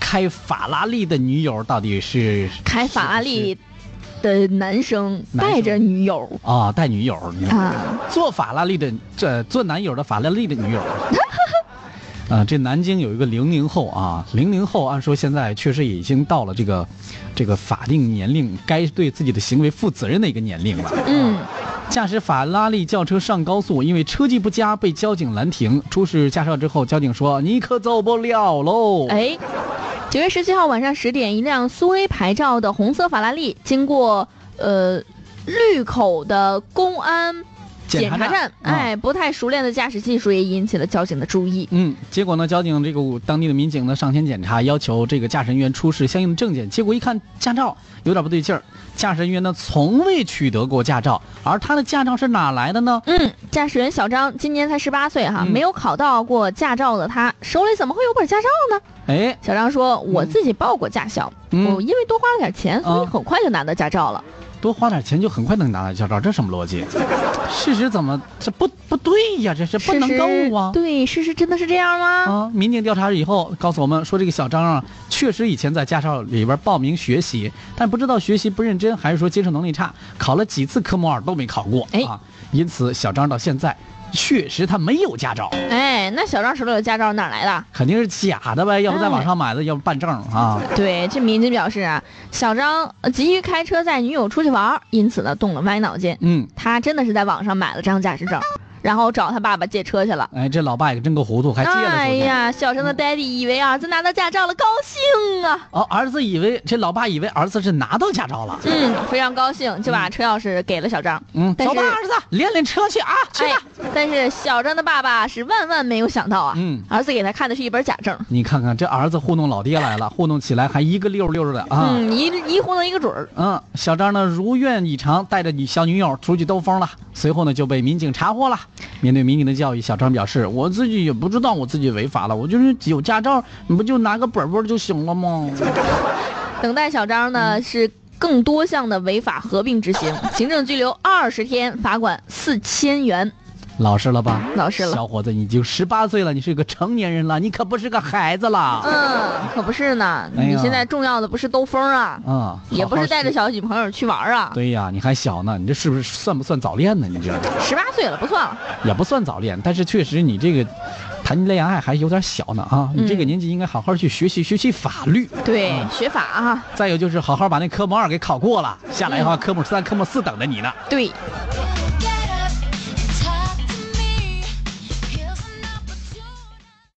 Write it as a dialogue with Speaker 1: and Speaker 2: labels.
Speaker 1: 开法拉利的女友到底是
Speaker 2: 开法拉利的男生带着女友
Speaker 1: 啊、哦带女友，你看
Speaker 2: 啊，
Speaker 1: 做法拉利的这做男友的法拉利的 女友。啊，这南京有一个零零后啊，零零后按说现在确实已经到了这个，这个法定年龄，该对自己的行为负责任的一个年龄了。
Speaker 2: 嗯，
Speaker 1: 驾驶法拉利轿车上高速，因为车技不佳被交警拦停。出示驾照之后，交警说：“你可走不了喽。”
Speaker 2: 哎，九月十七号晚上十点，一辆苏 A 牌照的红色法拉利经过呃绿口的公安检查站，哎，
Speaker 1: 啊
Speaker 2: 不太熟练的驾驶技术也引起了交警的注意。
Speaker 1: 嗯，结果呢，交警这个五当地的民警呢上前检查，要求这个驾驶人员出示相应的证件。结果一看驾照有点不对劲儿，驾驶人员呢从未取得过驾照，而他的驾照是哪来的呢？
Speaker 2: 嗯，驾驶员小张今年才十八岁哈，
Speaker 1: 嗯
Speaker 2: 没有考到过驾照的他，手里怎么会有本驾照呢？
Speaker 1: 哎，
Speaker 2: 小张说：“我自己报过驾校，
Speaker 1: 嗯
Speaker 2: 我因为多花了点钱，所以
Speaker 1: 啊
Speaker 2: 很快就拿到驾照了。
Speaker 1: 多花点钱就很快能拿到驾照，这什么逻辑？事实怎么这不不对呀？这是不能
Speaker 2: 事
Speaker 1: 够
Speaker 2: 实
Speaker 1: 啊！
Speaker 2: 对，事实真的是这样吗？
Speaker 1: 啊，民警调查以后告诉我们说，这个小张啊，确实以前在驾校里边报名学习，但不知道学习不认真，还是说接受能力差，考了几次科目二都没考过、
Speaker 2: 哎
Speaker 1: 啊。因此，小张到现在确实他没有驾照，
Speaker 2: 哎，那小张手里的驾照哪来的？
Speaker 1: 肯定是假的呗，要不在
Speaker 2: 哎
Speaker 1: 网上买的，要不办证啊。
Speaker 2: 对，这民警表示啊，小张呃急于开车载女友出去玩儿，因此呢动了歪脑筋，
Speaker 1: 嗯，
Speaker 2: 他真的是在网上买了张驾驶证，然后找他爸爸借车去了。
Speaker 1: 哎，这老爸也真够糊涂，还借了出去。
Speaker 2: 哎呀，小
Speaker 1: 嗯
Speaker 2: 张的爹地以为儿子拿到驾照了，高兴啊，
Speaker 1: 哦，儿子以为这老爸以为儿子是拿到驾照了。
Speaker 2: 嗯，非常高兴，就把车钥匙给了小张。
Speaker 1: 嗯，
Speaker 2: 但
Speaker 1: 走吧，
Speaker 2: 是
Speaker 1: 儿子，练练车去啊，去吧。
Speaker 2: 哎，但是小张的爸爸是万万没有想到啊，
Speaker 1: 嗯
Speaker 2: 儿子给他看的是一本假证，
Speaker 1: 你看看这儿子糊弄老爹来了，糊弄起来还一个溜溜的啊。嗯
Speaker 2: 嗯，一一糊弄一个准儿。
Speaker 1: 小张呢如愿以偿，带着女小女友出去兜风了。随后呢就被民警查获了。面对民警的教育，小张表示：“我自己也不知道我自己违法了，我就是有驾照，你不就拿个本本就行了吗
Speaker 2: 等待小张呢、是更多项的违法合并执行，行政拘留二十天，罚款四千元。？”
Speaker 1: 老实了吧，
Speaker 2: 老实了
Speaker 1: 小伙子，你已经十八岁了，你是个成年人了，你可不是个孩子了。
Speaker 2: 嗯，可不是呢，
Speaker 1: 哎呀
Speaker 2: 你现在重要的不是兜风啊，
Speaker 1: 嗯，
Speaker 2: 也不
Speaker 1: 好
Speaker 2: 是
Speaker 1: 好
Speaker 2: 带着小女朋友去玩啊，
Speaker 1: 对呀，你还小呢，你这是不是算不算早恋呢？你这。
Speaker 2: 十八岁了不算了。
Speaker 1: 也不算早恋，但是确实你这个谈恋爱还有点小呢啊！
Speaker 2: 嗯
Speaker 1: 你这个年纪应该好好去学习学习法律，
Speaker 2: 对，
Speaker 1: 嗯
Speaker 2: 学法啊，
Speaker 1: 再有就是好好把那科目二给考过了，下来的话科目三、科目四等着你呢。
Speaker 2: 对。